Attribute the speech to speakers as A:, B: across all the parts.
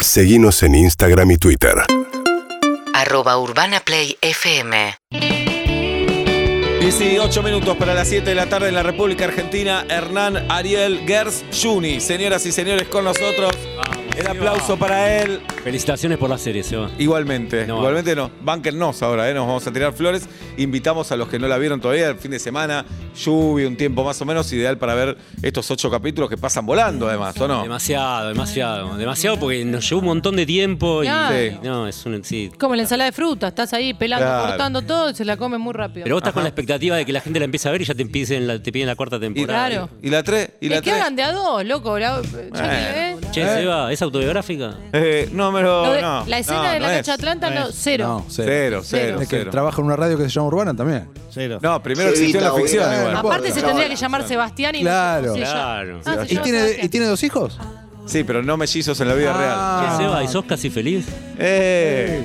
A: Seguimos en Instagram y Twitter.
B: arroba urbanaplayfm
C: 18 minutos para las 7 de la tarde en la República Argentina, Hernán Ariel Gers Juni. Señoras y señores, con nosotros. El aplauso para él.
D: Felicitaciones por la serie, Seba.
C: Igualmente,
D: No.
C: igualmente no. Bánquennos ahora, ¿eh? nos vamos a tirar flores. Invitamos a los que no la vieron todavía el fin de semana, lluvia, un tiempo más o menos, ideal para ver estos ocho capítulos que pasan volando además, ¿o no?
D: Demasiado, demasiado. Demasiado porque nos llevó un montón de tiempo y,
E: Claro.
C: Sí.
D: no, es un sí.
E: Como la ensalada de fruta, estás ahí pelando,
C: Claro.
E: cortando todo y se la come muy rápido.
D: Pero vos estás con la expectativa de que la gente la empiece a ver y ya te empiecen la, te piden la cuarta
C: Y,
D: temporada.
E: Claro.
C: y la tres, y
E: Es
C: la
E: que
C: tres.
E: hagan de a dos, loco. la- ya que, ¿eh?
D: Che, Seba, ¿es autobiográfica?
C: Eh, número.
E: Lo de-
C: no,
E: la escena
C: no,
E: de la
C: no es.
E: cancha Atlanta, no, cero.
F: No, cero.
C: Cero, cero,
F: Es que
C: cero.
F: trabaja en una radio que se llama Urbana también.
C: No, primero existió la ficción
F: boludo.
C: igual.
F: Aparte
E: Aparte se
F: no,
E: tendría que llamar Sebastián y
F: Claro.
E: no se- se
D: Claro.
E: llama- Ah, se
F: ¿Y
E: llama
F: tiene,
E: Sebastián.
F: ¿Y tiene dos hijos?
E: Ah.
C: Sí, pero no mellizos en la vida
F: Ah.
D: Che,
F: Sí,
D: Seba, ¿y sos casi feliz?
C: real. Eh.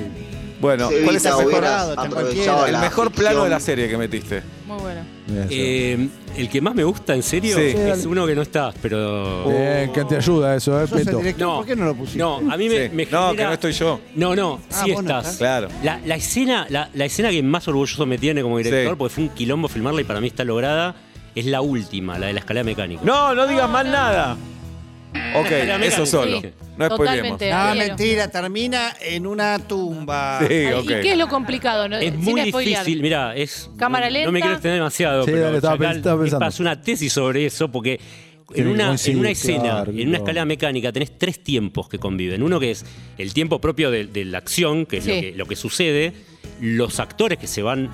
C: Bueno,
G: Sevita
C: ¿cuál es el mejor,
G: hubiera
F: está en
G: aprovechado
F: cualquiera.
C: el
G: la
C: mejor
G: ficción.
C: plano de la serie que metiste?
E: Muy bueno.
F: Bien,
D: Eh, el que más me gusta, en serio,
C: Sí.
D: es uno que no estás, pero.
F: Bien, que te ayuda eso, ¿eh, Peto?
D: oh. No, ¿Por qué no lo pusiste? No, a mí me,
C: Sí.
D: me
C: No, que
D: genera-
C: no estoy Ah, yo.
D: No, no, sí estás.
C: Claro.
D: La, la escena, la, la escena que más orgulloso me tiene como director,
C: Sí.
D: porque fue un quilombo filmarla y para mí está lograda, es la última, la de la escalera mecánica.
C: No, no digas más nada. Ok,
D: Espera, mira,
C: eso solo.
E: sí.
C: No spoilemos.
E: Totalmente.
H: Ah,
E: Ariel.
H: mentira, termina en una tumba.
C: Ah, Sí,
E: Ay,
C: ok.
E: Ah, ¿Y qué es lo complicado? No-
D: Es
E: sin
D: muy
E: spoilear.
D: difícil, mira, es.
E: Cámara
D: no,
E: lenta.
D: No me quiero extender demasiado,
F: Sí,
D: pero
F: dale, estaba
D: Chacal
F: pens- estaba
D: es
F: pensando.
D: para hacer una tesis sobre eso, porque en
F: Tiene que
D: una, en
F: coincidir,
D: una escena,
F: claro,
D: en una
F: claro.
D: escalera mecánica, tenés tres tiempos que conviven. Uno que es el tiempo propio de, de la acción, que es lo,
E: Sí.
D: que, lo que sucede, los actores que se van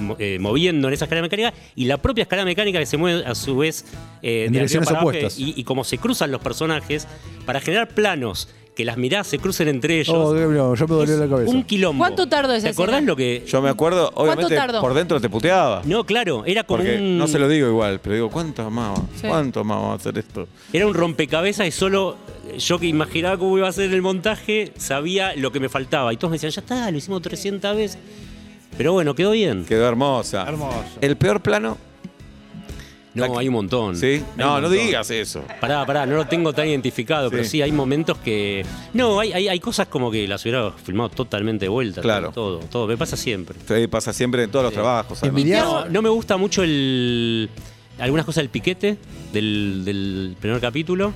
D: mo- eh, moviendo en esa escalera mecánica y la propia escalera mecánica que se mueve a su vez eh,
F: En
D: de arriba
F: direcciones
D: para abajo,
F: opuestas.
D: Y, y cómo se cruzan los personajes para generar planos que las miradas se crucen entre ellos.
F: Oh, Dios mío, yo me dolió
D: Es
F: la cabeza.
D: Un quilombo.
E: ¿Cuánto tardó esa
D: ¿Te acordás
E: escena?
D: lo que
C: Yo me acuerdo, obviamente
E: tardó?
C: por dentro te puteaba.
D: no, claro, era como
C: Porque
D: un,
C: no se lo digo igual, pero digo, ¿cuánto amaba?
E: Sí.
C: ¿Cuánto amaba hacer esto?
D: era un rompecabezas y solo eh, yo que imaginaba cómo iba a ser el montaje, sabía lo que me faltaba. Y todos me decían, ya está, lo hicimos 300 veces. Pero bueno, quedó bien.
C: Quedó hermosa.
H: Hermoso.
C: El peor plano,
D: No, hay un montón. Hay
C: ¿sí?
D: un
C: No, no
D: montón.
C: digas eso.
D: Pará, pará, no lo tengo tan identificado, pero
C: Sí.
D: sí hay momentos que. No, hay, hay, hay cosas como que las hubiera filmado totalmente de vuelta.
C: Claro.
D: Todo, todo. Me pasa siempre.
C: Sí, pasa siempre en todos los trabajos. además.
F: Envidiado.
D: No, no me gusta mucho el. Algunas cosas del piquete del, del primer capítulo.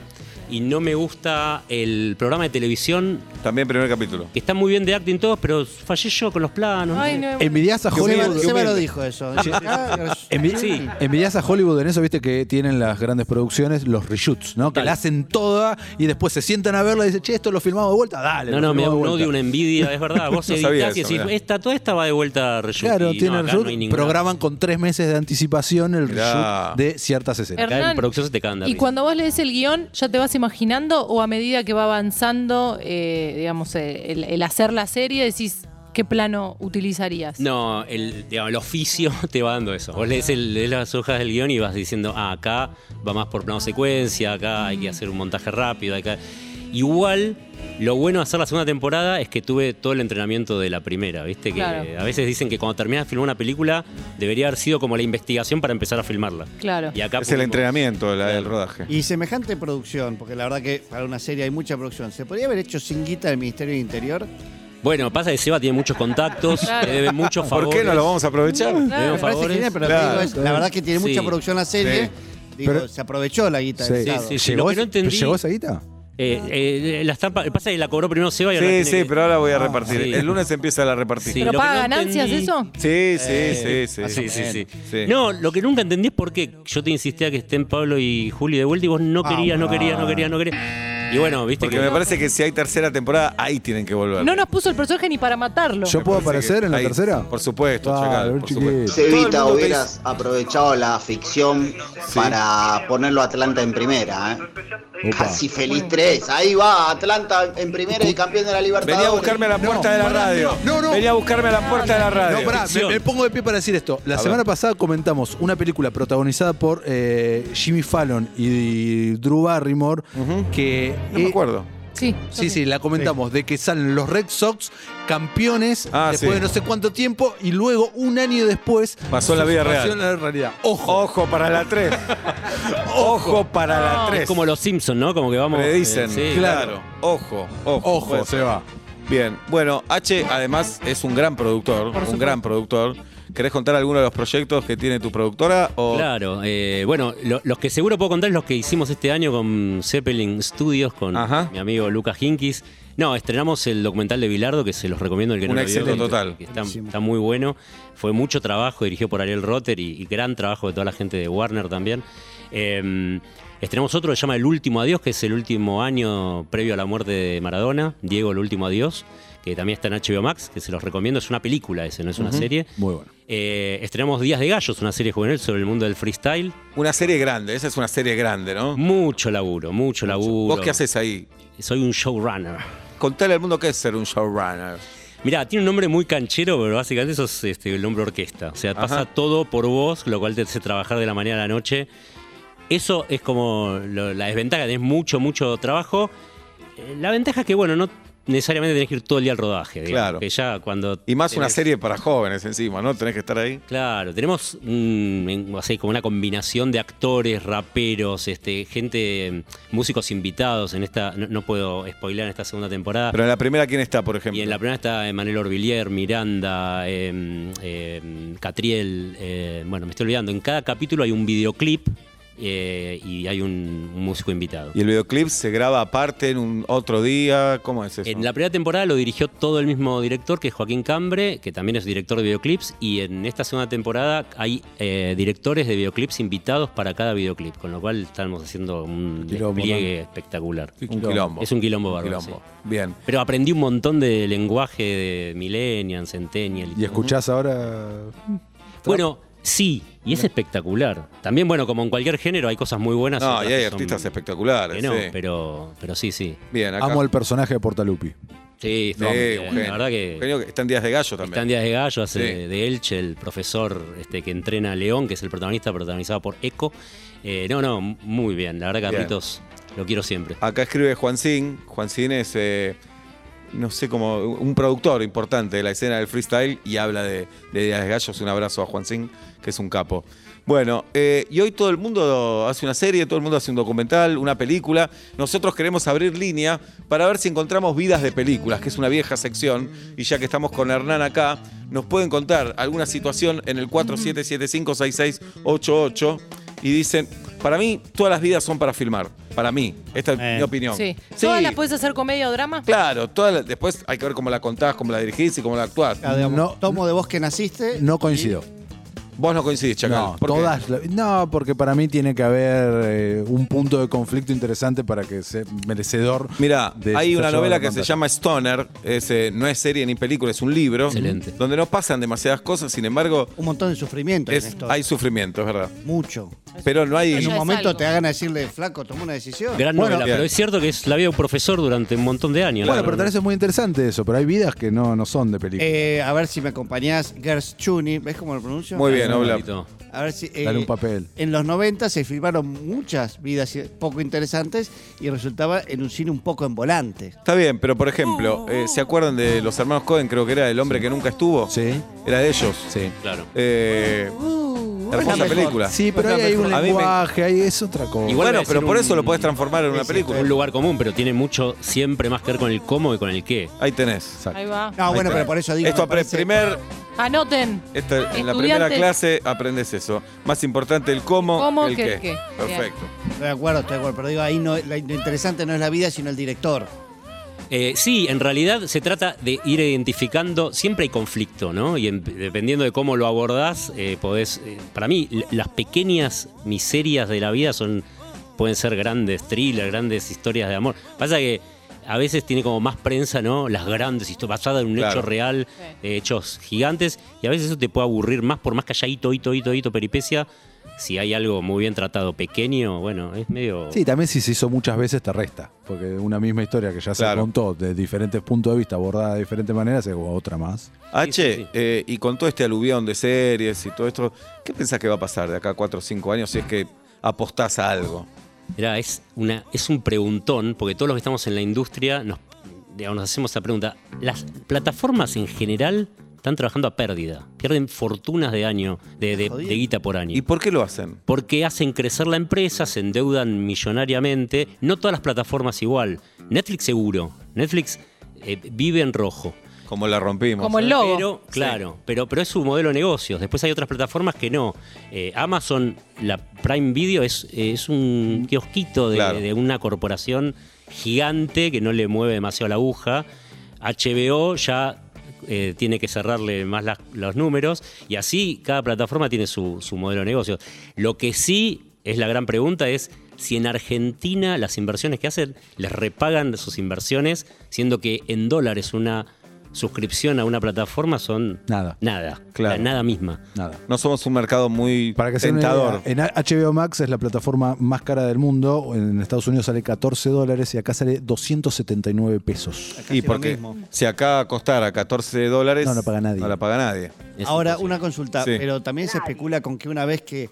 D: Y no me gusta el programa de televisión,
C: También primer capítulo.
D: que está muy bien de acting todos, pero fallé yo con los planos.
E: Ay, no.
F: ¿Envidias a
H: Seba,
F: Hollywood?
H: Seba lo dijo eso. Dice, ah,
F: Envi-
D: Sí.
F: Envidias a Hollywood en eso, viste que tienen las grandes producciones los reshoots, ¿no? Que
D: Dale.
F: la hacen toda y después se sientan a verla y dicen, che, esto lo filmamos de vuelta, dale.
D: No,
F: lo
D: no, me da
F: filmamos
D: un
F: de
D: odio, una
F: vuelta.
D: envidia, es verdad. Vos
C: No sabía
D: editás y
C: eso,
D: decís,
C: mirá.
D: esta, toda esta va de vuelta a reshoot.
F: Claro,
D: y no,
F: tienen
D: acá
F: reshoot,
D: no hay ninguna.
F: programan con tres meses de anticipación el
C: Mirá.
F: reshoot de ciertas escenas.
D: Acá
E: Hernán,
D: en producción se te cagan de
E: Y
D: risa.
E: cuando vos lees el guión, ¿ya te vas imaginando o a medida que va avanzando, eh, digamos, eh, el, el hacer la serie, decís qué plano utilizarías?
D: No, el, digamos, el oficio te va dando eso. Vos lees, el- lees las hojas del guión y vas diciendo, ah, acá va más por plano secuencia, acá
E: Mm.
D: hay que hacer un montaje rápido, hay que- Igual, lo bueno de hacer la segunda temporada es que tuve todo el entrenamiento de la primera, ¿viste? Que
E: Claro.
D: a veces dicen que cuando terminas de filmar una película debería haber sido como la investigación para empezar a filmarla.
E: Claro.
D: Y acá
C: Es el
D: pudimos-
C: entrenamiento, la del rodaje.
H: Y semejante producción, porque la verdad que para una serie hay mucha producción. ¿Se podría haber hecho sin guita del Ministerio del Interior?
D: Bueno, pasa que Seba tiene muchos contactos,
E: Claro.
D: le deben muchos
C: ¿Por
D: favores.
C: qué no lo vamos a aprovechar?
D: Le deben
E: Claro.
H: Me parece
D: favores.
H: genial, pero
C: Claro.
H: digo, es- la verdad que tiene
D: Sí.
H: mucha producción la serie.
C: Sí.
H: Digo,
F: Pero-
H: se aprovechó la guita del
F: Sí.
H: Estado.
D: Sí, sí,
F: ¿Llegó,
D: Lo que no
F: ese-
D: entendí-
F: ¿Llegó esa guita?
D: Eh, eh, la estampa, pasa que la cobró primero Seba y ahora
C: Sí,
D: tiene
C: sí,
D: que-
C: pero ahora voy a repartir.
D: sí.
C: El lunes empieza la repartir.
D: Sí.
E: ¿Pero
D: lo que
E: paga
D: no
E: ganancias
D: entendí-
E: eso?
C: Sí, sí, sí, sí.
D: Sí, sí, sí.
C: Sí.
D: No, lo que nunca entendí es por qué yo te insistía que estén Pablo y Juli de vuelta y vos no querías, no querías, no querías, no querías. Y bueno,
C: Ah,
D: viste
C: Porque
D: que.
C: me parece que si hay tercera temporada, ahí tienen que volver.
E: No nos puso el personaje ni para matarlo.
F: Yo puedo
C: Me parece
F: aparecer
C: que
F: en la
C: ahí-
F: tercera.
C: Por supuesto,
F: Claro,
C: Chacal,
F: un
C: por
F: chiquito.
C: supuesto. Todo el
G: Sevita
C: mundo te
G: hubieras
C: dice-
G: aprovechado la ficción para ponerlo a Atlanta en primera. ¿eh? Casi feliz 3. Ahí va, Atlanta en primera y campeón de la Libertadores.
C: Venía a buscarme a la puerta de la radio.
F: no, no.
C: Venía a buscarme a la puerta de la radio.
F: No, pará, me,
D: Ficción.
F: me pongo de pie para decir esto. La
C: A
F: semana
C: ver.
F: pasada comentamos una película protagonizada por eh, Jimmy Fallon y, Drew Barrymore que
C: No me
F: eh,
C: acuerdo.
E: Sí.
F: Sí, sí, la comentamos, de que salen los Red Sox campeones
C: Ah,
F: después
C: sí.
F: de no sé cuánto tiempo y luego un año después
C: Pasó a la
F: su
C: vida
F: pasión
C: real.
F: a la realidad. Ojo,
C: Ojo para la 3. Ojo para la 3.
D: Es como los Simpsons, ¿no? Como que vamos.
C: Le dicen,
D: eh, sí.
C: claro. Ojo, ojo.
F: ojo,
C: Puede
F: se
C: ser.
F: va.
C: Bien, bueno, H además es un gran productor, un gran productor. ¿Querés contar alguno de los proyectos que tiene tu productora? O...
D: Claro, eh, bueno, lo- los que seguro puedo contar es los que hicimos este año con Zeppelin Studios, con
C: Ajá.
D: mi amigo Lucas Hinkis. No, estrenamos el documental de Bilardo, que se los recomiendo el que
C: Un
D: no lo
C: éxito
D: vio, que-
C: total.
D: que está, está muy bueno. Fue mucho trabajo, dirigido por Ariel Rotter y, y gran trabajo de toda la gente de Warner también. Eh, estrenamos otro que se llama El Último Adiós, que es el último año previo a la muerte de Maradona, Diego El Último Adiós, que también está en HBO Max, que se los recomiendo. Es una película ese, no es una serie.
F: Muy bueno.
D: Eh, estrenamos Días de Gallos, una serie juvenil sobre el mundo del freestyle.
C: Una serie grande, esa es una serie grande, ¿no?
D: Mucho laburo, mucho laburo.
C: ¿Vos qué haces ahí?
D: Soy un showrunner.
C: Contale al mundo qué es ser un showrunner.
D: Mirá, tiene un nombre muy canchero, pero básicamente sos este, el nombre orquesta. O sea, pasa todo por vos, lo cual te hace trabajar de la mañana a la noche. Eso es como lo- la desventaja, tenés mucho, mucho trabajo. Eh, La ventaja es que, bueno, no necesariamente tenés que ir todo el día al rodaje. digamos,
C: Claro.
D: Que ya cuando
C: Y más una
D: tenés-
C: serie para jóvenes encima, ¿no? Tenés que estar ahí.
D: Claro, tenemos mm, en- así como una combinación de actores, raperos, este, gente, mm, músicos invitados en esta, no, no puedo spoilear en esta segunda temporada.
C: Pero en la primera, ¿quién está, por ejemplo?
D: Ah. y en la primera está Emanuel Orvillier, Miranda, em, em, Catriel, eh, bueno, me estoy olvidando, en cada capítulo hay un videoclip eh, y hay un, un músico invitado.
C: ¿Y el videoclip se graba aparte en un otro día? ¿Cómo es eso?
D: En la primera temporada lo dirigió todo el mismo director, que es Joaquín Cambre, que también es director de videoclips, y en esta segunda temporada hay eh, directores de videoclips invitados para cada videoclip, con lo cual estamos haciendo un
F: Quilombo,
D: despliegue espectacular.
C: un quilombo.
D: Es un quilombo bárbaro,
C: Quilombo. Bien.
D: Pero aprendí un montón de lenguaje de millennial, centennial.
F: Y
D: todo.
F: escuchás ahora.
D: Bueno, sí, y es espectacular. También, bueno, como en cualquier género, hay cosas muy buenas.
C: No,
D: otras
C: y hay
D: que son-
C: artistas espectaculares.
D: que no,
C: sí.
D: pero, pero sí, sí.
C: Bien, acá.
F: Amo el personaje de Portalupi.
D: Sí,
C: Sí,
D: está muy bien.
C: un
D: la
C: genio.
D: verdad que...
C: Un genio que está en Días de Gallo también.
D: Está en Días de Gallo, hace
C: Sí.
D: de Elche, el profesor este, que entrena a León, que es el protagonista, protagonizado por Eco. Eh, no, no, muy bien. La verdad,
C: Bien.
D: Carlitos, lo quiero siempre.
C: Acá escribe Juan Sin. Juan Sin es, eh, no sé, como un productor importante de la escena del freestyle y habla de, de Días de Gallos. Un abrazo a Juan Sin, que es un capo. Bueno, eh, y hoy todo el mundo hace una serie, todo el mundo hace un documental, una película. Nosotros queremos abrir línea para ver si encontramos vidas de películas, que es una vieja sección. Y ya que estamos con Hernán acá, nos pueden contar alguna situación en el 47756688 y dicen, para mí todas las vidas son para filmar. Para mí, esta es
H: Eh.
C: mi opinión.
E: Sí.
C: Sí,
E: ¿Todas las puedes hacer comedia o drama?
C: Claro, todas las- después hay que ver cómo la contás, cómo la dirigís y cómo la actuás.
H: Ah, digamos,
F: No.
H: tomo de vos que naciste.
F: No coincido.
C: Vos no coincidís, Chacal.
F: No,
C: ¿Por qué?
F: todas. la- No, porque para mí tiene que haber eh, un punto de conflicto interesante para que sea merecedor.
C: Mirá,
F: de
C: hay
F: ser
C: una
F: llevado a
C: novela
F: la
C: que se
F: pantalla.
C: llama Stoner, es, eh, no es serie ni película, es un libro,
D: Excelente.
C: donde no pasan demasiadas cosas, sin embargo,
H: Un montón de sufrimiento en
C: es,
H: esto.
C: hay sufrimiento, es verdad.
H: Mucho.
C: Pero no hay...
H: En
E: Ya
H: un
E: es
H: momento
E: algo.
H: te hagan a decirle, flaco, toma una decisión.
D: Gran
F: Bueno,
D: novela,
C: bien.
D: pero es cierto que es la vida de un profesor durante un montón de años.
F: Bueno,
D: ¿no?
F: pero tal vez es muy interesante eso, pero hay vidas que no, no son de película.
H: Eh, a ver si me acompañás, Gershuni, ¿ves cómo lo pronuncio?
C: Muy bien,
D: Un
C: Oblap.
D: poquito.
H: A ver si, eh,
F: Dale un papel.
H: En los 90 se filmaron muchas vidas poco interesantes y resultaba en un cine un poco en volante.
C: Está bien, pero por ejemplo, eh, ¿se acuerdan de los hermanos Cohen? Creo que era el hombre que nunca estuvo.
F: Sí.
C: Era de ellos.
F: Sí.
D: Claro.
C: Eh,
E: Uh,
H: es la
C: hermosa
H: mejor.
C: película.
F: Sí, pero ahí hay un
C: A mí me-
F: lenguaje, ahí es otra cosa.
C: Y bueno,
D: debe
C: pero
D: ser
C: por eso
D: un-
C: lo podés transformar en una película.
D: Un lugar común, pero tiene mucho siempre más que ver con el cómo que con el qué.
C: Ahí tenés.
F: Exacto.
E: Ahí va.
H: No, Ah, bueno,
C: está.
H: pero por eso digo.
C: Esto
H: me
C: apre-
H: parece-
C: primer,
E: Anoten.
C: esta- en la
E: Estudiantes.
C: primera clase aprendes eso. Más importante el cómo,
E: ¿Cómo
C: el
E: que
C: qué.
E: el qué?
C: Perfecto.
H: Estoy de acuerdo, estoy de acuerdo, pero digo, ahí no, la- lo interesante no es la vida, sino el director.
D: Eh, sí, en realidad se trata de ir identificando, siempre hay conflicto, ¿no? Y en- dependiendo de cómo lo abordás, eh, podés, eh, para mí, l- las pequeñas miserias de la vida son, pueden ser grandes thrillers, grandes historias de amor. Pasa que a veces tiene como más prensa, ¿no? Las grandes historias, basadas en un
C: Claro.
D: hecho real, eh, hechos gigantes, y a veces eso te puede aburrir más, por más calladito, hito, hito, hito, peripecia. Si hay algo muy bien tratado pequeño, bueno, es medio...
F: Sí, también si se hizo muchas veces te resta, porque una misma historia que ya
C: Claro.
F: se contó de diferentes puntos de vista, abordada de diferentes maneras, es como otra más.
C: H,
D: sí, sí.
C: eh, y con todo este aluvión de series y todo esto, ¿qué pensás que va a pasar de acá a 4 o 5 años si es que apostás a algo?
D: Mirá, es, una, es un preguntón, porque todos los que estamos en la industria nos, digamos, nos hacemos esa pregunta. Las plataformas en general están trabajando a pérdida, pierden fortunas de año, de, de-
H: Jodido.
D: de guita por año.
C: ¿Y por qué lo hacen?
D: porque hacen crecer la empresa, se endeudan millonariamente. No todas las plataformas igual. Netflix seguro. Netflix eh, vive en rojo.
C: Como la rompimos. ¿eh?
E: Como el logo.
D: Pero, claro, pero, pero es su modelo de negocios. Después hay otras plataformas que no. Eh, Amazon, la Prime Video, es, eh, es un kiosquito de,
C: Claro.
D: de una corporación gigante que no le mueve demasiado la aguja. HBO ya eh, tiene que cerrarle más las- los números. Y así cada plataforma tiene su, su modelo de negocios. Lo que sí es la gran pregunta es si en Argentina las inversiones que hacen les repagan sus inversiones, siendo que en dólares una suscripción a una plataforma son
F: Nada.
D: nada,
C: Claro.
D: la nada misma.
F: Nada.
C: No somos un mercado muy
F: Para que se den una
C: tentador.
F: idea, en HBO Max es la plataforma más cara del mundo. En Estados Unidos sale 14 dólares y acá sale 279 pesos.
H: Casi
C: Y
H: lo
C: porque
H: mismo.
C: si acá costara 14 dólares.
F: No la paga nadie.
C: No la paga nadie.
D: Es
H: Ahora,
D: imposible.
H: una consulta,
C: Sí.
H: pero también se especula con que una vez que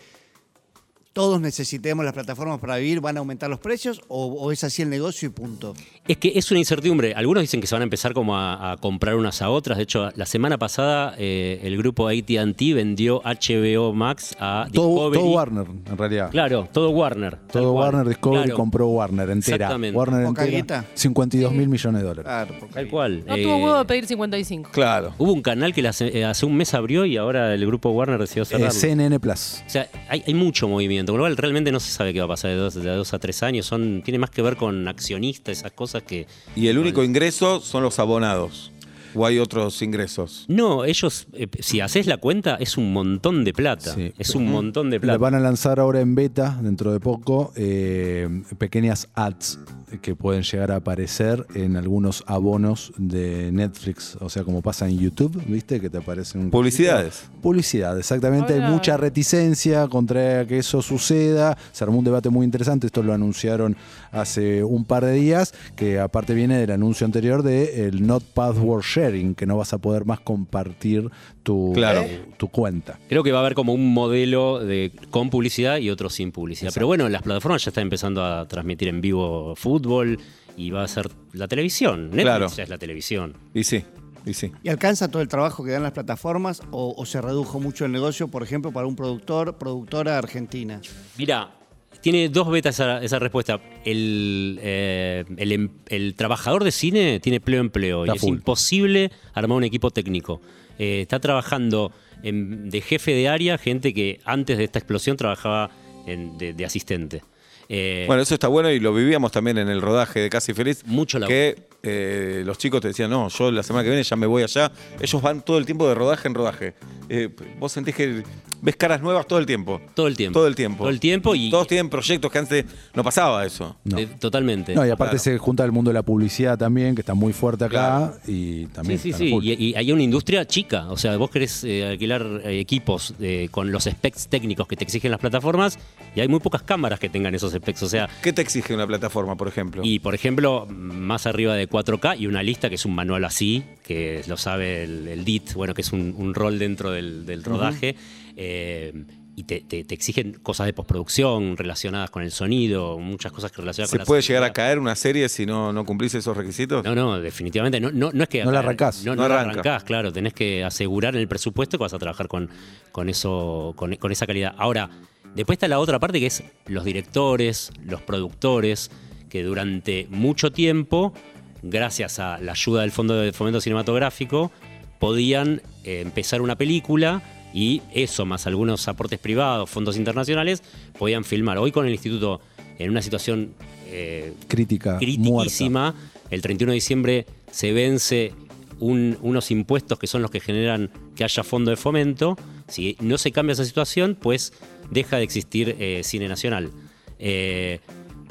H: todos necesitemos las plataformas para vivir, ¿van a aumentar los precios o, o es así el negocio y punto?
D: Es que es una incertidumbre. Algunos dicen que se van a empezar como a, a comprar unas a otras. De hecho, la semana pasada eh, el grupo AT&T vendió HBO Max a
F: Todo,
D: Discovery.
F: todo Warner, en realidad.
D: Ah, Claro, todo Warner. tal
F: Todo
D: cual.
F: Warner Discovery
D: Claro,
F: compró Warner entera.
D: Exactamente. Ah,
F: Warner
H: Poca
F: entera.
H: guita.
F: 52 mil millones de dólares.
H: Claro, porque
D: Tal cual.
E: No
D: Eh,
E: tuvo huevo de pedir 55.
C: Claro.
D: Hubo un canal que la hace, eh, hace un mes abrió y ahora el grupo Warner decidió
F: Eh,
D: cerrarlo.
F: CNN Plus.
D: O sea, hay, hay mucho movimiento, con lo cual realmente no se sabe qué va a pasar de dos, de dos a tres años. Son, tiene más que ver con accionistas, esas cosas que.
C: Y el único ingreso son los abonados. ¿O hay otros ingresos?
D: No, ellos, eh, si haces la cuenta, es un montón de plata.
F: Sí.
D: Es un montón de
F: La
D: plata.
F: van a lanzar ahora en beta, dentro de poco, eh, pequeñas ads que pueden llegar a aparecer en algunos abonos de Netflix. O sea, como pasa en YouTube, ¿viste? Que te aparecen un
C: Publicidades.
F: Publicidad, exactamente.
E: Hola.
F: Hay mucha reticencia contra que eso suceda. Se armó un debate muy interesante. Esto lo anunciaron hace un par de días, que aparte viene del anuncio anterior de el Not Password Sharing, que no vas a poder más compartir tu, eh,
C: Claro.
F: tu cuenta.
D: Creo que va a haber como un modelo de con publicidad y otro sin publicidad. Pero bueno, las plataformas ya están empezando a transmitir en vivo fútbol y va a ser la televisión. Netflix
C: Claro.
D: ya es la televisión.
C: Y sí, y sí.
H: ¿Y alcanza todo el trabajo que dan las plataformas o, o se redujo mucho el negocio, por ejemplo, para un productor, productora argentina?
D: Mira, tiene dos vetas esa, esa respuesta. El, eh, el em- el trabajador de cine tiene pleo empleo
F: Está
D: y es
F: full.
D: imposible armar un equipo técnico. Eh, está trabajando en- de jefe de área gente que antes de esta explosión trabajaba en- de, de asistente. Eh,
C: Bueno, eso está bueno y lo vivíamos también en el rodaje de Casi Feliz.
D: Mucho laburo.
C: Que eh, los chicos te decían, no, yo la semana que viene ya me voy allá. Ellos van todo el tiempo de rodaje en rodaje. Eh, vos sentís que ves caras nuevas todo el tiempo.
D: todo el tiempo.
C: Todo el tiempo.
D: Todo el tiempo y
C: Todos tienen proyectos que antes no pasaba eso.
F: No.
D: eh, totalmente.
F: No, y aparte
C: Claro.
F: se junta el mundo de la publicidad también, que está muy fuerte acá.
C: Claro.
F: Y
D: Sí,
F: también.
D: sí,
F: está
D: sí.
F: full.
D: Y, y hay una industria chica. O sea, vos querés eh, alquilar eh, equipos eh, con los specs técnicos que te exigen las plataformas y hay muy pocas cámaras que tengan esos specs. O sea,
C: ¿Qué te exige una plataforma, por ejemplo?
D: y por ejemplo, más arriba de 4K y una lista que es un manual así, que lo sabe el, el DIT, bueno, que es un, un rol dentro del, del rodaje. eh, y te, te- te exigen cosas de postproducción relacionadas con el sonido, muchas cosas que relacionadas
C: ¿Se
D: con la
C: puede llegar a
D: seguridad.
C: caer una serie si no, no cumplís esos requisitos?
D: No, no, definitivamente. No, no, no es que. eh,
F: No la arrancás.
D: No,
C: No
D: no la
C: arranca.
D: arrancás, claro. Tenés que asegurar en el presupuesto que vas a trabajar con, con eso, con, con esa calidad. Ahora, después está la otra parte que es los directores, los productores, que durante mucho tiempo, gracias a la ayuda del Fondo de Fomento Cinematográfico, podían eh, empezar una película. Y eso, más algunos aportes privados, fondos internacionales, podían filmar. Hoy con el instituto, en una situación eh,
F: Crítica. muerta.
D: critiquísima. El 31 de diciembre se vence un- unos impuestos que son los que generan que haya fondo de fomento. Si no se cambia esa situación, pues deja de existir eh, cine nacional. Eh,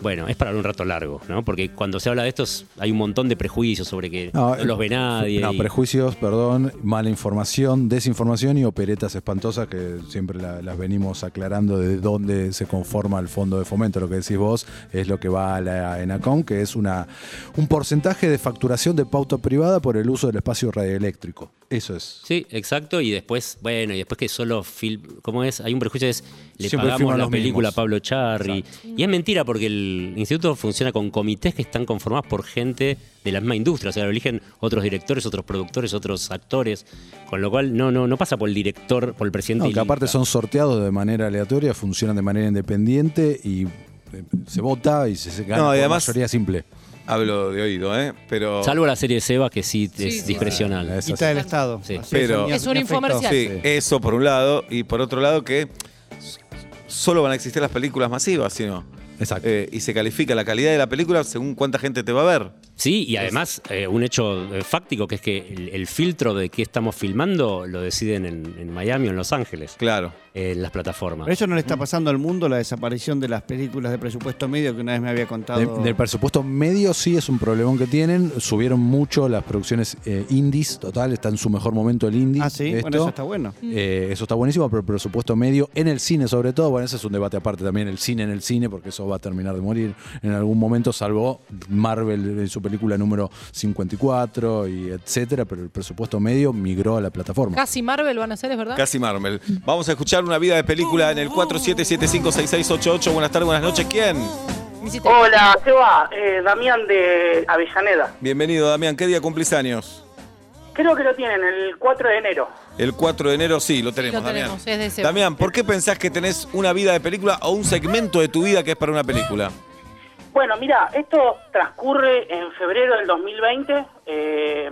D: bueno, es para un rato largo, ¿no? Porque cuando se habla de esto es- hay un montón de prejuicios sobre que no,
F: eh,
D: los ve nadie.
F: No,
D: y-
F: prejuicios, perdón, mala información, desinformación y operetas espantosas que siempre la- las venimos aclarando de dónde se conforma el fondo de fomento. Lo que decís vos es lo que va a la ENACOM, que es una, un porcentaje de facturación de pauta privada por el uso del espacio radioeléctrico. Eso es.
D: Sí, exacto. Y después, bueno, y después que solo film, ¿cómo es? Hay un prejuicio que es le
F: Siempre
D: pagamos
F: filman
D: la
F: los
D: película
F: mismos.
D: a Pablo Charri. Y es mentira porque el instituto funciona con comités que están conformados por gente de la misma industria. O sea, lo eligen otros directores, otros productores, otros actores. Con lo cual no, no, no pasa por el director, por el presidente.
F: No,
D: y
F: que aparte
D: la-
F: son sorteados de manera aleatoria, funcionan de manera independiente y eh, se vota y se, se gana
C: No, y
F: por
C: además-
F: mayoría simple.
C: Hablo de oído, ¿eh? Pero.
D: Salvo la serie de Seba, que sí,
E: Sí,
D: es
E: sí.
D: discrecional.
F: Es
H: Quita del Estado.
D: Sí.
H: Así
C: Pero-
H: un-
E: Es un
H: efecto.
E: infomercial.
C: Sí, eso por un lado. Y por otro lado, que s- solo van a existir las películas masivas, sino.
F: Exacto.
C: Eh, y se califica la calidad de la película según cuánta gente te va a ver.
D: Sí, y además eh, un hecho eh, fáctico, que es que el, el filtro de qué estamos filmando lo deciden en, en Miami o en Los Ángeles,
C: Claro.
D: en las plataformas.
H: Pero eso no le está pasando al mundo la desaparición de las películas de presupuesto medio que una vez me había contado.
F: De- del presupuesto medio sí es un problemón que tienen. Subieron mucho las producciones eh, indies, total, está en su mejor momento el indie.
H: ah, sí, bueno,
F: esto.
H: eso está bueno.
F: Eh, eso está buenísimo, pero el presupuesto medio en el cine sobre todo, bueno, ese es un debate aparte también, el cine en el cine, porque eso va a terminar de morir en algún momento, salvo Marvel en su película número 54 y etcétera, pero el presupuesto medio migró a la plataforma.
E: Casi Marvel van a hacer, ¿es verdad?
C: Casi Marvel. Vamos a escuchar una vida de película en el 47756688. Buenas tardes, buenas noches. ¿Quién?
E: Visita-
C: Oh,
I: Hola, Seba, eh, Damián de Avellaneda.
C: Bienvenido, Damián. ¿Qué día cumplís años?
I: Creo que lo tienen el 4 de enero.
C: El 4 de enero, sí, lo tenemos,
E: lo tenemos,
C: Damián.
E: es de ese-
C: Damián, ¿por qué pensás que tenés una vida de película o un segmento de tu vida que es para una película?
I: Bueno, mira, esto transcurre en febrero del 2020. eh,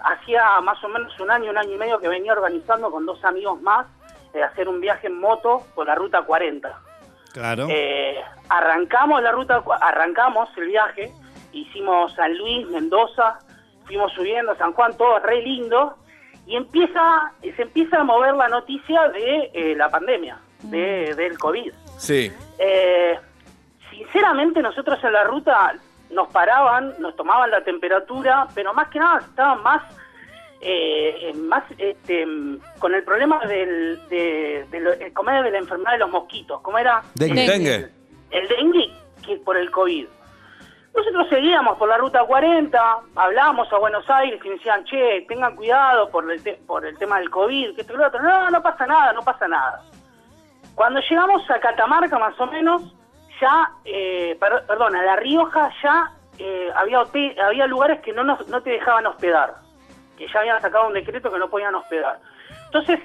I: hacía más o menos un año, un año y medio que venía organizando con dos amigos más eh, hacer un viaje en moto por la ruta 40.
H: Claro.
I: Eh, arrancamos la ruta, cua- arrancamos el viaje, hicimos San Luis, Mendoza, fuimos subiendo San Juan, todo re lindo, y empieza, se empieza a mover la noticia de eh, la pandemia, de- del COVID.
C: Sí.
I: Eh, sinceramente nosotros en la ruta nos paraban, nos tomaban la temperatura, pero más que nada estaban más, eh, eh, más este, mm, con el problema del, de, de lo- eh, ¿cómo era? de la enfermedad de los mosquitos, como era
F: Dengue.
C: Dengue.
I: el dengue que por el COVID. Nosotros seguíamos por la ruta 40, hablábamos a Buenos Aires y me decían, che, tengan cuidado por el, te- por el tema del COVID, que esto y lo otro. No, no pasa nada, no pasa nada. Cuando llegamos a Catamarca, más o menos, ya, eh, per- perdón, a La Rioja ya eh, había, hote- había lugares que no, nos, no te dejaban hospedar, que ya habían sacado un decreto que no podían hospedar. Entonces,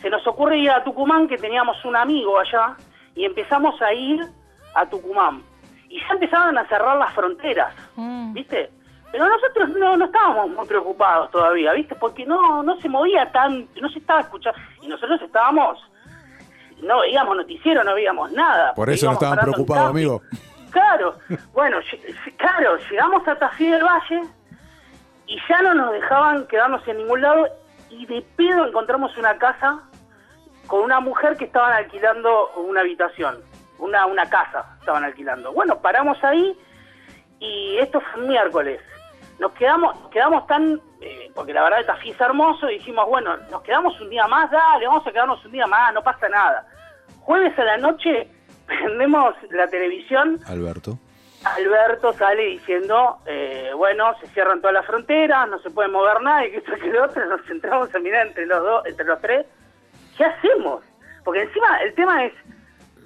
I: se nos ocurre ir a Tucumán, que teníamos un amigo allá, y empezamos a ir a Tucumán. Y ya empezaban a cerrar las fronteras,
E: Mm.
I: ¿viste? Pero nosotros no, no estábamos muy preocupados todavía, ¿viste? Porque no, no se movía tanto, no se estaba escuchando. Y nosotros estábamos no veíamos noticiero, no veíamos nada.
F: Por eso no
I: Íbamos
F: estaban
I: parando en
F: preocupados,
I: taxi.
F: amigo.
I: Claro, bueno, lle- claro, llegamos a Tafí del Valle y ya no nos dejaban quedarnos en ningún lado y de pedo encontramos una casa con una mujer que estaban alquilando una habitación, una, una casa estaban alquilando. Bueno, paramos ahí y esto fue un miércoles. Nos quedamos, nos quedamos tan, eh, porque la verdad Tafí es hermoso, y dijimos, bueno, nos quedamos un día más, dale, vamos a quedarnos un día más, no pasa nada. Jueves a la noche prendemos la televisión,
F: Alberto.
I: Alberto sale diciendo, eh, bueno, se cierran todas las fronteras, no se puede mover nadie, que esto que lo otro, nos sentamos a mirar entre los dos, entre los tres, ¿qué hacemos? Porque encima el tema es,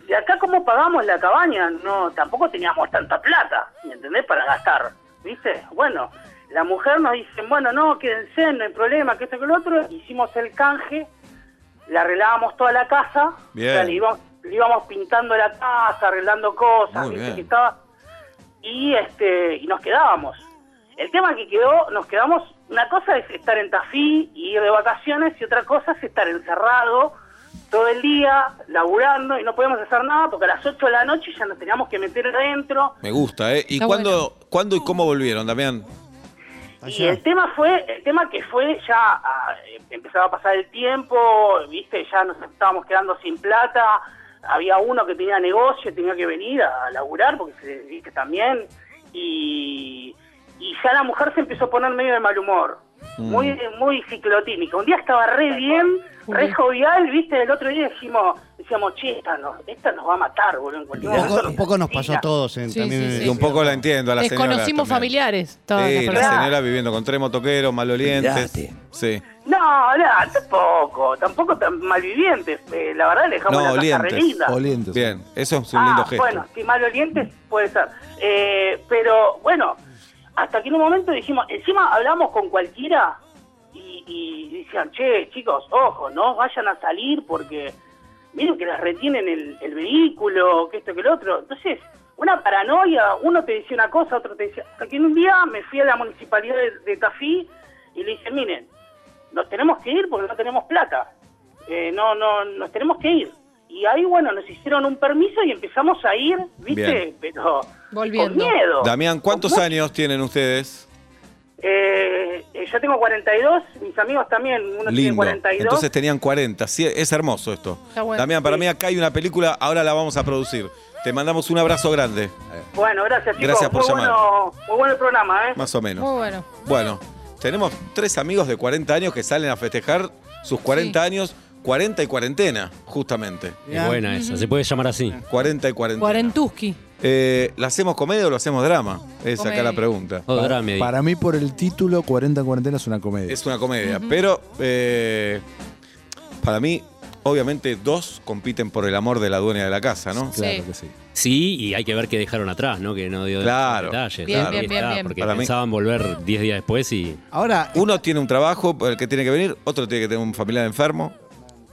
I: de acá cómo pagamos la cabaña, no, tampoco teníamos tanta plata, ¿me entendés? Para gastar, ¿viste? Bueno, la mujer nos dice, bueno, no, quédense, no hay problema, que esto que lo otro, hicimos el canje, le arreglábamos toda la casa,
C: Bien.
I: o sea, le, íbamos, le íbamos pintando la casa, arreglando cosas,
C: Muy
I: ¿viste?
C: bien.
I: Que estaba, y este y nos quedábamos. El tema que quedó, nos quedamos, una cosa es estar en Tafí y ir de vacaciones y otra cosa es estar encerrado todo el día, laburando y no podíamos hacer nada porque a las 8 de la noche ya nos teníamos que meter adentro.
C: Me gusta, ¿eh? ¿Y
E: Está
C: cuándo, cuándo y cómo volvieron, Damián?
I: Y el tema fue, el tema que fue ya ah, eh, empezaba a pasar el tiempo, viste, ya nos estábamos quedando sin plata, había uno que tenía negocio, tenía que venir a laburar porque se viste también y y ya la mujer se empezó a poner medio de mal humor.
H: Mm.
I: Muy, muy ciclotímica. Un día estaba re bien, re
H: Mm.
I: jovial, viste, el otro día decimos, decíamos, che, esta nos, esta nos va a matar, boludo. en cualquier
H: Un poco,
I: momento".
H: un poco nos pasó a todos. en-
E: Sí,
H: también
E: sí,
H: en-
E: sí.
C: Y un poco la entiendo a la señora. también.
E: Desconocimos Eh, familiares. todas las
C: Sí, la
E: personas.
C: señora viviendo con tres motoqueros, malolientes.
J: Olvidate.
C: Sí.
I: No, no, tampoco, tampoco tan malvivientes. Eh, la verdad le
C: No,
I: dejamos una casa re
C: olientes,
I: linda.
F: Olientes.
C: Bien, eso es un lindo
I: ah,
C: gesto.
I: Bueno, si malolientes puede ser. Eh, pero bueno, hasta que en un momento dijimos, encima hablamos con cualquiera y, y decían, che, chicos, ojo, no vayan a salir porque miren que les retienen el, el vehículo, que esto, que el otro. Entonces, una paranoia, uno te decía una cosa, otro te decía. Hasta que en un día me fui a la municipalidad de, de Tafí y le dije, miren, nos tenemos que ir porque no tenemos plata. Eh, no, no, nos tenemos que ir. Y ahí, bueno, nos hicieron un permiso y empezamos a ir, ¿viste?
C: Bien.
I: Pero
E: Volviendo.
I: con miedo.
C: Damián, ¿cuántos
I: Con mu-
C: años tienen ustedes?
I: Eh, eh, yo tengo 42, mis amigos también, uno tiene
C: Lindo.
I: 42.
C: Entonces tenían 40. Sí, es hermoso esto.
E: Está bueno.
C: Damián, para
I: Sí.
C: mí acá hay una película, ahora la vamos a producir. Te mandamos un abrazo grande,
E: Eh.
I: bueno, gracias, chicos.
C: Gracias por
I: muy,
C: llamar.
I: bueno, muy bueno el programa, ¿eh?
C: más o menos.
E: Muy bueno.
C: Bueno, tenemos tres amigos de 40 años que salen a festejar sus 40 años, 40 y cuarentena, justamente.
D: Es buena esa, se puede llamar así.
C: 40 y cuarentena.
E: Cuarentuski.
C: Eh, ¿La hacemos comedia o lo hacemos drama? Es acá
E: Comedia.
C: la pregunta.
D: O
F: Para,
D: drama.
F: para mí, por el título, 40 en cuarentena es una comedia.
C: Es una comedia, pero eh, para mí, obviamente, dos compiten por el amor de la dueña de la casa, ¿no?
F: Claro
E: Sí.
F: que sí.
D: Sí, y hay que ver qué dejaron atrás, ¿no? Que no dio
C: Claro,
D: detalles.
E: Bien,
D: ¿no?
E: bien,
D: Ahí
E: bien,
D: está,
E: bien.
D: Porque
C: Para mí-
D: pensaban volver 10 días después y
H: Ahora,
C: Uno tiene un trabajo por el que tiene que venir, otro tiene que tener un familiar enfermo.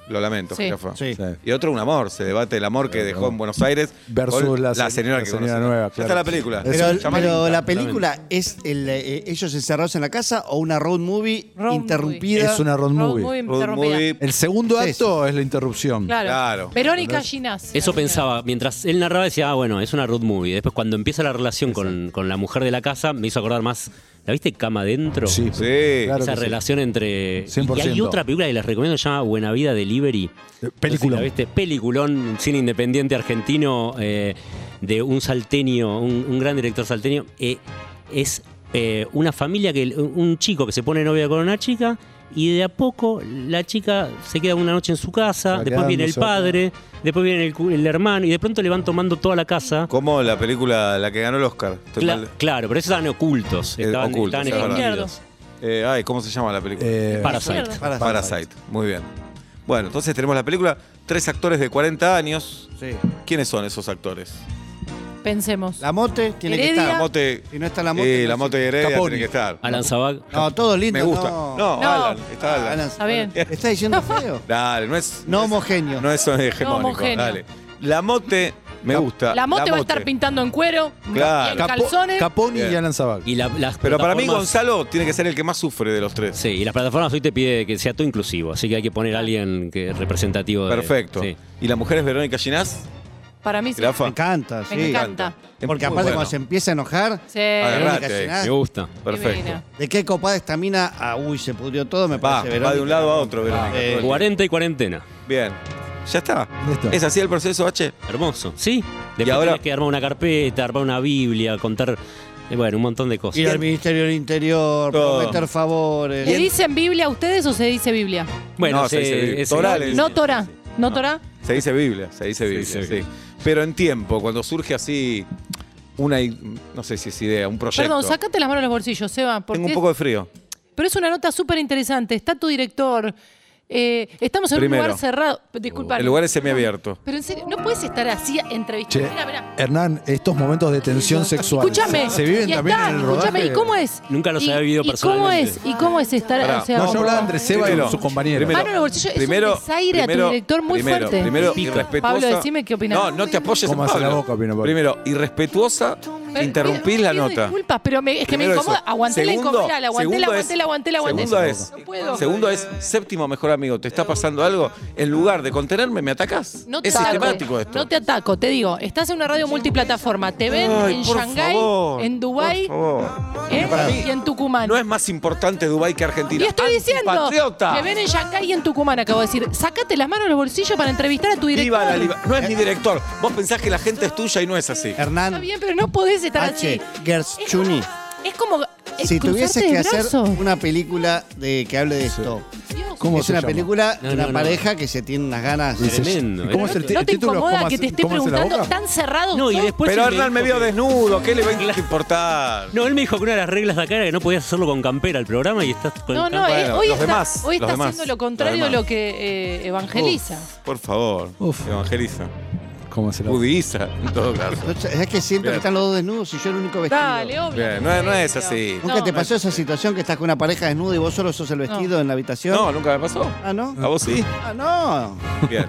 C: Lo lamento,
E: Sí.
C: jirafa.
H: sí.
F: Sí.
C: Y otro un amor, se debate el amor que dejó en Buenos Aires
F: Versus
C: con
F: la
C: la
F: se-
C: señora,
F: la
C: que
F: señora
C: conoció.
F: nueva,
C: Ya
F: claro.
C: está la película.
F: Eso,
H: Pero,
C: Se llama
H: pero
C: Linda.
H: la película es el, eh, ellos encerrados en la casa o una road movie
E: Road
H: interrumpida.
F: Es una road movie.
E: muy
C: Road
E: interrumpida.
C: movie,
F: El segundo
H: Sí,
F: acto es la interrupción.
E: Claro.
C: Claro.
E: Verónica Ginás.
D: Eso pensaba, mientras él narraba decía, ah, bueno, es una road movie. Después cuando empieza la relación con, con la mujer de la casa, me hizo acordar más, ¿la viste cama adentro?
F: Sí,
C: Sí.
F: claro
D: Esa
F: que sí.
D: relación entre... Y
F: 100%.
D: hay otra película que les recomiendo, se llama Buena Vida Delivery.
F: Eh,
D: No sé si
F: Película.
D: la viste, peliculón, un cine independiente argentino eh, de un salteño, un, un gran director salteño. Eh, es eh, una familia que un chico que se pone novia con una chica y de a poco la chica se queda una noche en su casa,
F: Va
D: después viene el
F: quedándose otra.
D: padre, después viene el, cu- el hermano y de pronto le van tomando toda la casa.
C: Como la película, la que ganó el Oscar. Estoy
D: Cla-
C: mal-
D: claro, pero esos estaban ocultos,
C: Eh,
D: estaban,
C: ocultos,
D: estaban
C: es verdad.
D: escondidos.
C: Eh, ay, ¿cómo se llama la película?
F: Eh,
D: Parasite.
H: Para-
C: Parasite. Muy bien. Bueno, entonces tenemos la película, tres actores de 40 años.
H: Sí.
C: ¿Quiénes son esos actores?
E: Pensemos.
H: La mote tiene
E: Heredia.
H: que
C: La
H: estar.
C: mote.
H: Si no está la mote,
C: Eh,
H: no
C: la
H: sé.
C: mote de Heredia
F: Caponi.
C: tiene que estar.
D: Alan Zabak.
H: No, todos lindos.
C: Me gusta.
H: No,
C: No,
E: No.
C: Alan, está Alan.
H: Alan,
E: Está bien.
H: Está diciendo feo.
C: Dale, no es.
H: No
C: es-
H: homogéneo.
C: No es hegemónico.
E: No homogéneo.
C: Dale. La mote me gusta.
E: La mote va a
C: Mote.
E: estar pintando en cuero,
C: Claro.
E: y en
C: Capo-
E: calzones.
F: Caponi
C: Bien.
F: y Alan Zabak.
D: Y la- las
C: Pero para mí,
D: plataformas-
C: Gonzalo tiene que ser el que más sufre de los tres.
D: Sí, y las plataformas hoy te pide que sea todo inclusivo, así que hay que poner a alguien que representativo de-
C: Perfecto.
D: sí.
C: ¿Y la mujer es Verónica Ginás?
E: para mí sí.
C: Grafa.
H: Me encanta, sí.
E: Me encanta.
C: Es
H: Porque
C: muy
H: aparte
C: bueno.
H: cuando se empieza a enojar,
E: Sí.
C: Agarrate.
H: Verónica
C: eh.
H: Ginás,
D: Me gusta.
C: Perfecto.
E: Divina.
H: de qué copada esta mina, ah, uy, se pudrió todo, me
C: Va,
H: parece
C: Ah, va de un
H: Verónica.
C: lado a otro, Verónica.
H: Eh,
C: todo el
D: 40 y cuarentena.
C: tiempo. Bien. Ya está.
F: Listo.
C: ¿Es así el proceso, H?
D: Hermoso. Sí. Después
C: Y ahora-
D: tenés que armar una carpeta, armar una Biblia, contar, eh, bueno, un montón de cosas.
H: Ir al Ministerio del Interior,
C: Todo.
H: prometer favores.
E: ¿Le dicen Biblia a ustedes o se dice Biblia?
D: bueno,
C: No, se dice- Torá le
E: No Torah. No
C: No.
E: Torah.
C: Se dice Biblia, se dice
D: Se
C: Biblia,
D: dice
C: sí.
D: Biblia.
C: Pero en tiempo, cuando surge así una, i- no sé si es idea, un proyecto.
E: Perdón, sacate las manos de los bolsillos, Seba. Porque
C: Tengo un poco de frío.
E: Pero es una nota súper interesante. Está tu director. eh, estamos en
C: Primero.
E: un lugar cerrado. Disculpa.
C: El lugar es semiabierto.
E: Pero en serio, no puedes estar así
F: Che,
E: entrevistando. Mirá, mirá.
F: Hernán, estos momentos de tensión sexual
E: Escúchame.
F: se viven
E: y
F: también
E: están,
F: en el rodaje.
E: Escúchame, ¿y cómo es?
D: Nunca los
E: ¿Y-
D: había vivido
E: y
D: personalmente.
E: ¿Cómo es? ¿Y cómo es estar.?
C: Pará.
E: o sea,
F: No, yo hablaba entre Seba y
C: Primero,
F: sus compañeros.
C: primero,
E: Mano en el bolsillo es un desaire a tu
C: primero,
E: director muy
C: primero,
E: fuerte.
C: Primero,
D: Pica.
C: irrespetuosa.
E: Pablo, decime qué opinás.
C: No, no te apoyes en
F: ¿Cómo hace
C: Pablo.
F: la boca, opino, Pablo?
C: Primero, irrespetuosa,
E: Pero-
C: interrumpís
E: pido
C: la nota.
E: Disculpas, pero me- es que me
C: Primero
E: incomoda.
C: eso.
E: Aguanté la
C: Segundo-
E: incomodidad, la aguanté, la
C: segundo
E: aguanté,
C: es-
E: la aguanté, la aguanté.
C: Segundo es,
E: No puedo.
C: segundo es, séptimo mejor amigo, te está pasando algo, en lugar de contenerme me atacás.
E: No te
C: es
E: ataco,
C: sistemático esto.
E: No te ataco, te digo. Estás en una radio multiplataforma. Te ven
C: Ay,
E: en
C: por
E: Shanghái,
C: favor,
E: en Dubái
C: Por favor.
E: ¿eh?
C: Para mí,
E: y en Tucumán.
C: No es más importante Dubái que Argentina.
E: y estoy diciendo,
C: ¡Patriota!
E: me ven en Shanghái y en Tucumán, acabo de decir. Sacate las manos de los bolsillos para entrevistar a tu director.
C: Viva la liber- No es mi director. Vos pensás que la gente es tuya y no es así.
E: Está
H: Hernán
E: bien, pero no podés estar así.
H: H. Gershuni.
E: Es como. eh,
H: Si tuvieses
E: cruzarte
H: que
E: de
H: hacer
E: brazos.
H: una película de que hable de esto,
E: Dios.
F: ¿Cómo
H: es
F: se
H: una
F: llama?
H: película
D: No,
H: de una
D: no, no.
H: pareja que se tiene unas ganas.
F: Y se-
D: Tremendo,
F: ¿y ¿Cómo
D: ¿eh?
F: es el ti-
E: ¿No
F: el
E: te
F: título?
E: incomoda
F: ¿Cómo
E: que
F: hace-
E: te esté
F: cómo hace la
E: preguntando
F: boca?
E: tan cerrado?
D: No, y
E: todo?
D: después
C: Pero
D: él
C: Hernán me
D: dijo
C: vio
D: que-
C: desnudo, ¿qué le va a importar?
D: No, él me dijo que una de las reglas de acá era que no podías hacerlo con campera al programa y estás con
E: No, no,
D: campera.
E: eh,
C: Bueno,
E: hoy
C: los
E: está,
C: demás,
E: hoy
C: los
E: está
C: demás,
E: haciendo lo
C: los
E: contrario a
C: demás.
E: lo que eh, evangeliza.
C: Por favor,
F: Uf.
C: evangeliza.
F: ¿Cómo se la boca?
C: Budista, en todo caso.
H: Es que siento
C: Bien.
H: que están los dos desnudos y yo el único vestido.
E: Dale, obvio.
C: Bien, no, no es así.
H: ¿Nunca
E: No.
H: te pasó esa situación que estás con una pareja desnuda y vos solo sos el vestido en la habitación?
C: No, nunca me pasó.
H: Ah, ¿no?
C: ¿A vos sí?
H: Ah, no.
C: Bien.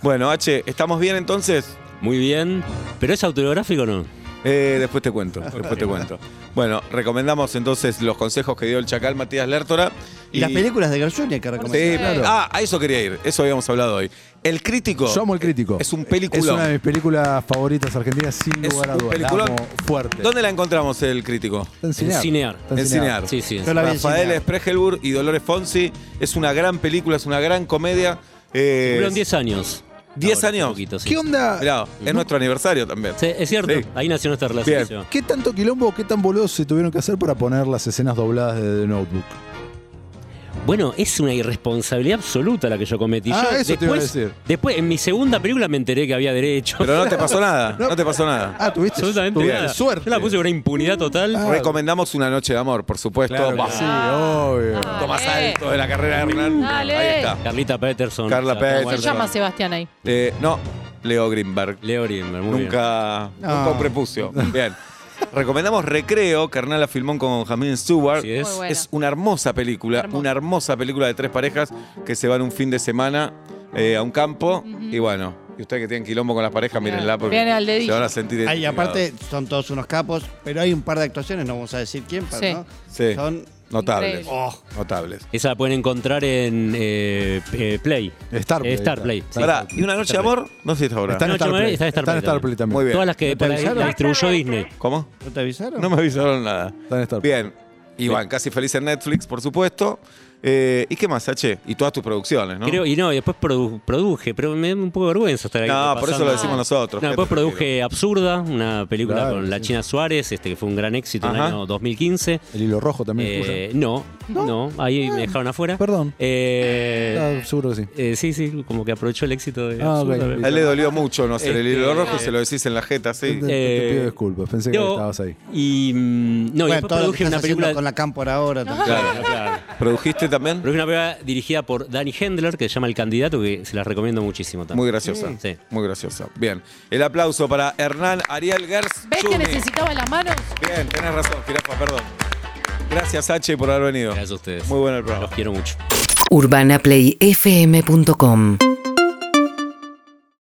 C: Bueno, H, ¿estamos bien entonces?
D: Muy bien. ¿Pero es autobiográfico o no?
C: Eh, después te cuento, después te cuento. Bueno, recomendamos entonces los consejos que dio el chacal Matías Lertora.
H: Y, las películas de Garzuña que recomendé.
C: Sí,
E: Claro.
C: Ah, a eso quería ir, eso habíamos hablado hoy. El crítico.
F: Yo amo el crítico.
C: Es un
F: Es una de
C: película.
F: mis películas favoritas argentinas, sin
C: Es
F: lugar a
C: un
F: dudas. La
C: peliculón.
F: amo fuerte.
C: ¿Dónde la encontramos el crítico?
F: Está en Cinear.
D: En Cinear.
F: Está
C: En Cinear.
D: Sí, sí.
H: Yo la vi en
C: Rafael
H: Cinear.
C: Spregelburg y Dolores Fonsi. Es una gran película, es una gran comedia. Eh,
D: Fueron 10 años.
C: 10
D: Ahora, hace
C: años.
D: poquito, sí.
F: ¿Qué onda?
C: Mirá, es nuestro aniversario también.
D: Sí, es cierto,
C: Sí.
D: ahí nació nuestra
C: Bien.
D: relación. Seba.
F: ¿Qué tanto quilombo, qué tan boludos se tuvieron que hacer para poner las escenas dobladas de The Notebook?
D: Bueno, es una irresponsabilidad absoluta la que yo cometí.
F: Ah,
D: Yo
F: eso te iba a decir.
D: Después, en mi segunda película me enteré que había derecho.
C: Pero no te pasó nada, no te pasó nada.
F: Ah, tuviste,
D: absolutamente
F: tuviste
D: nada.
F: suerte.
D: Yo la puse con una impunidad total.
F: Ah,
C: Recomendamos Una Noche de Amor, por supuesto.
F: Claro que
C: Vamos.
F: sí,
E: Ah,
F: obvio.
E: Dale.
C: Tomás Alto de la carrera de Hernán.
E: Dale.
C: Ahí está.
D: Carlita Peterson.
C: Carla
D: Ya, bueno,
E: Se
C: Peterson.
E: llama Sebastián ahí.
C: Eh, no, Leo Greenberg.
D: Leo Greenberg, muy bien.
C: Nunca,
H: No.
C: nunca un prepucio. Bien. Recomendamos Recreo, que Hernán la filmó con Jamín Stewart.
D: Así es.
E: Muy bueno.
C: Es una hermosa película,
E: Hermosa.
C: una hermosa película de tres parejas que se van un fin de semana eh, a un campo. Y bueno, y ustedes que tienen quilombo con las parejas,
E: Mirá,
C: mírenla porque
E: viene al
C: se
E: dedillo.
C: van a sentir
H: Ay,
C: identificados.
H: aparte, son todos unos capos, pero hay un par de actuaciones, no vamos a decir quién, pero
E: Sí.
H: ¿no?
C: Sí.
H: son.
C: Notables.
E: Increíble.
H: Oh,
C: Notables.
D: Esa la pueden encontrar en eh, eh, Play.
F: Starplay.
D: Eh, Starplay, sí.
C: Pará, y una noche de amor, no sé si está ahora.
F: Está en
D: No,
F: Starplay.
D: está en
F: Está en
D: Starplay
F: Starplay también.
C: Muy bien.
D: Todas las que para- la distribuyó Disney.
C: ¿Cómo?
H: ¿No te avisaron?
C: No me avisaron nada.
F: Está en Starplay.
C: Bien. Y van casi feliz en Netflix, por supuesto. Eh, ¿Y qué más, H? Y todas tus producciones, ¿no?
D: Creo, y no, y después produ- produje, pero me da un poco de vergüenza estar ahí.
C: no, por eso
D: repasando.
C: lo decimos nosotros.
D: No, después
C: gente,
D: produje Absurda, una película
F: Claro,
D: con la
F: sí.
D: China Suárez, este que fue un gran éxito en el
C: Ajá.
D: año 2015.
F: El hilo rojo también. es
D: Eh, no, no, ahí me dejaron afuera.
F: tuyo. Ah, Perdón.
D: Eh,
F: Ah, seguro que sí.
D: eh, sí, sí, como que aprovechó el éxito de
F: Ah,
D: Absurda.
F: ok.
D: Eh,
C: A él le dolió mucho no hacer el hilo
D: Este,
C: rojo y se lo decís en la jeta, sí.
F: Te- te, te
D: eh,
F: pido disculpas. Pensé que
D: yo-
F: estabas ahí.
D: Y, mm, no, y después
H: bueno, todo lo que
D: produje
H: estás
D: una
H: haciendo
D: película.
H: con la cámpora ahora. también.
D: Claro, claro.
C: ¿Produjiste también?
D: Produje una película dirigida por Danny Hendler, que se llama El Candidato, que se las recomiendo muchísimo también.
C: Muy graciosa.
D: Sí.
C: Muy graciosa. Bien. El aplauso para Hernán Ariel Gers.
E: ¿Ves que necesitaba las manos?
C: Bien, tenés razón, Jirafa, perdón. Gracias, H, por haber venido.
D: Gracias a ustedes.
C: Muy bueno el programa.
D: Los quiero mucho.
B: urbanaplayfm.com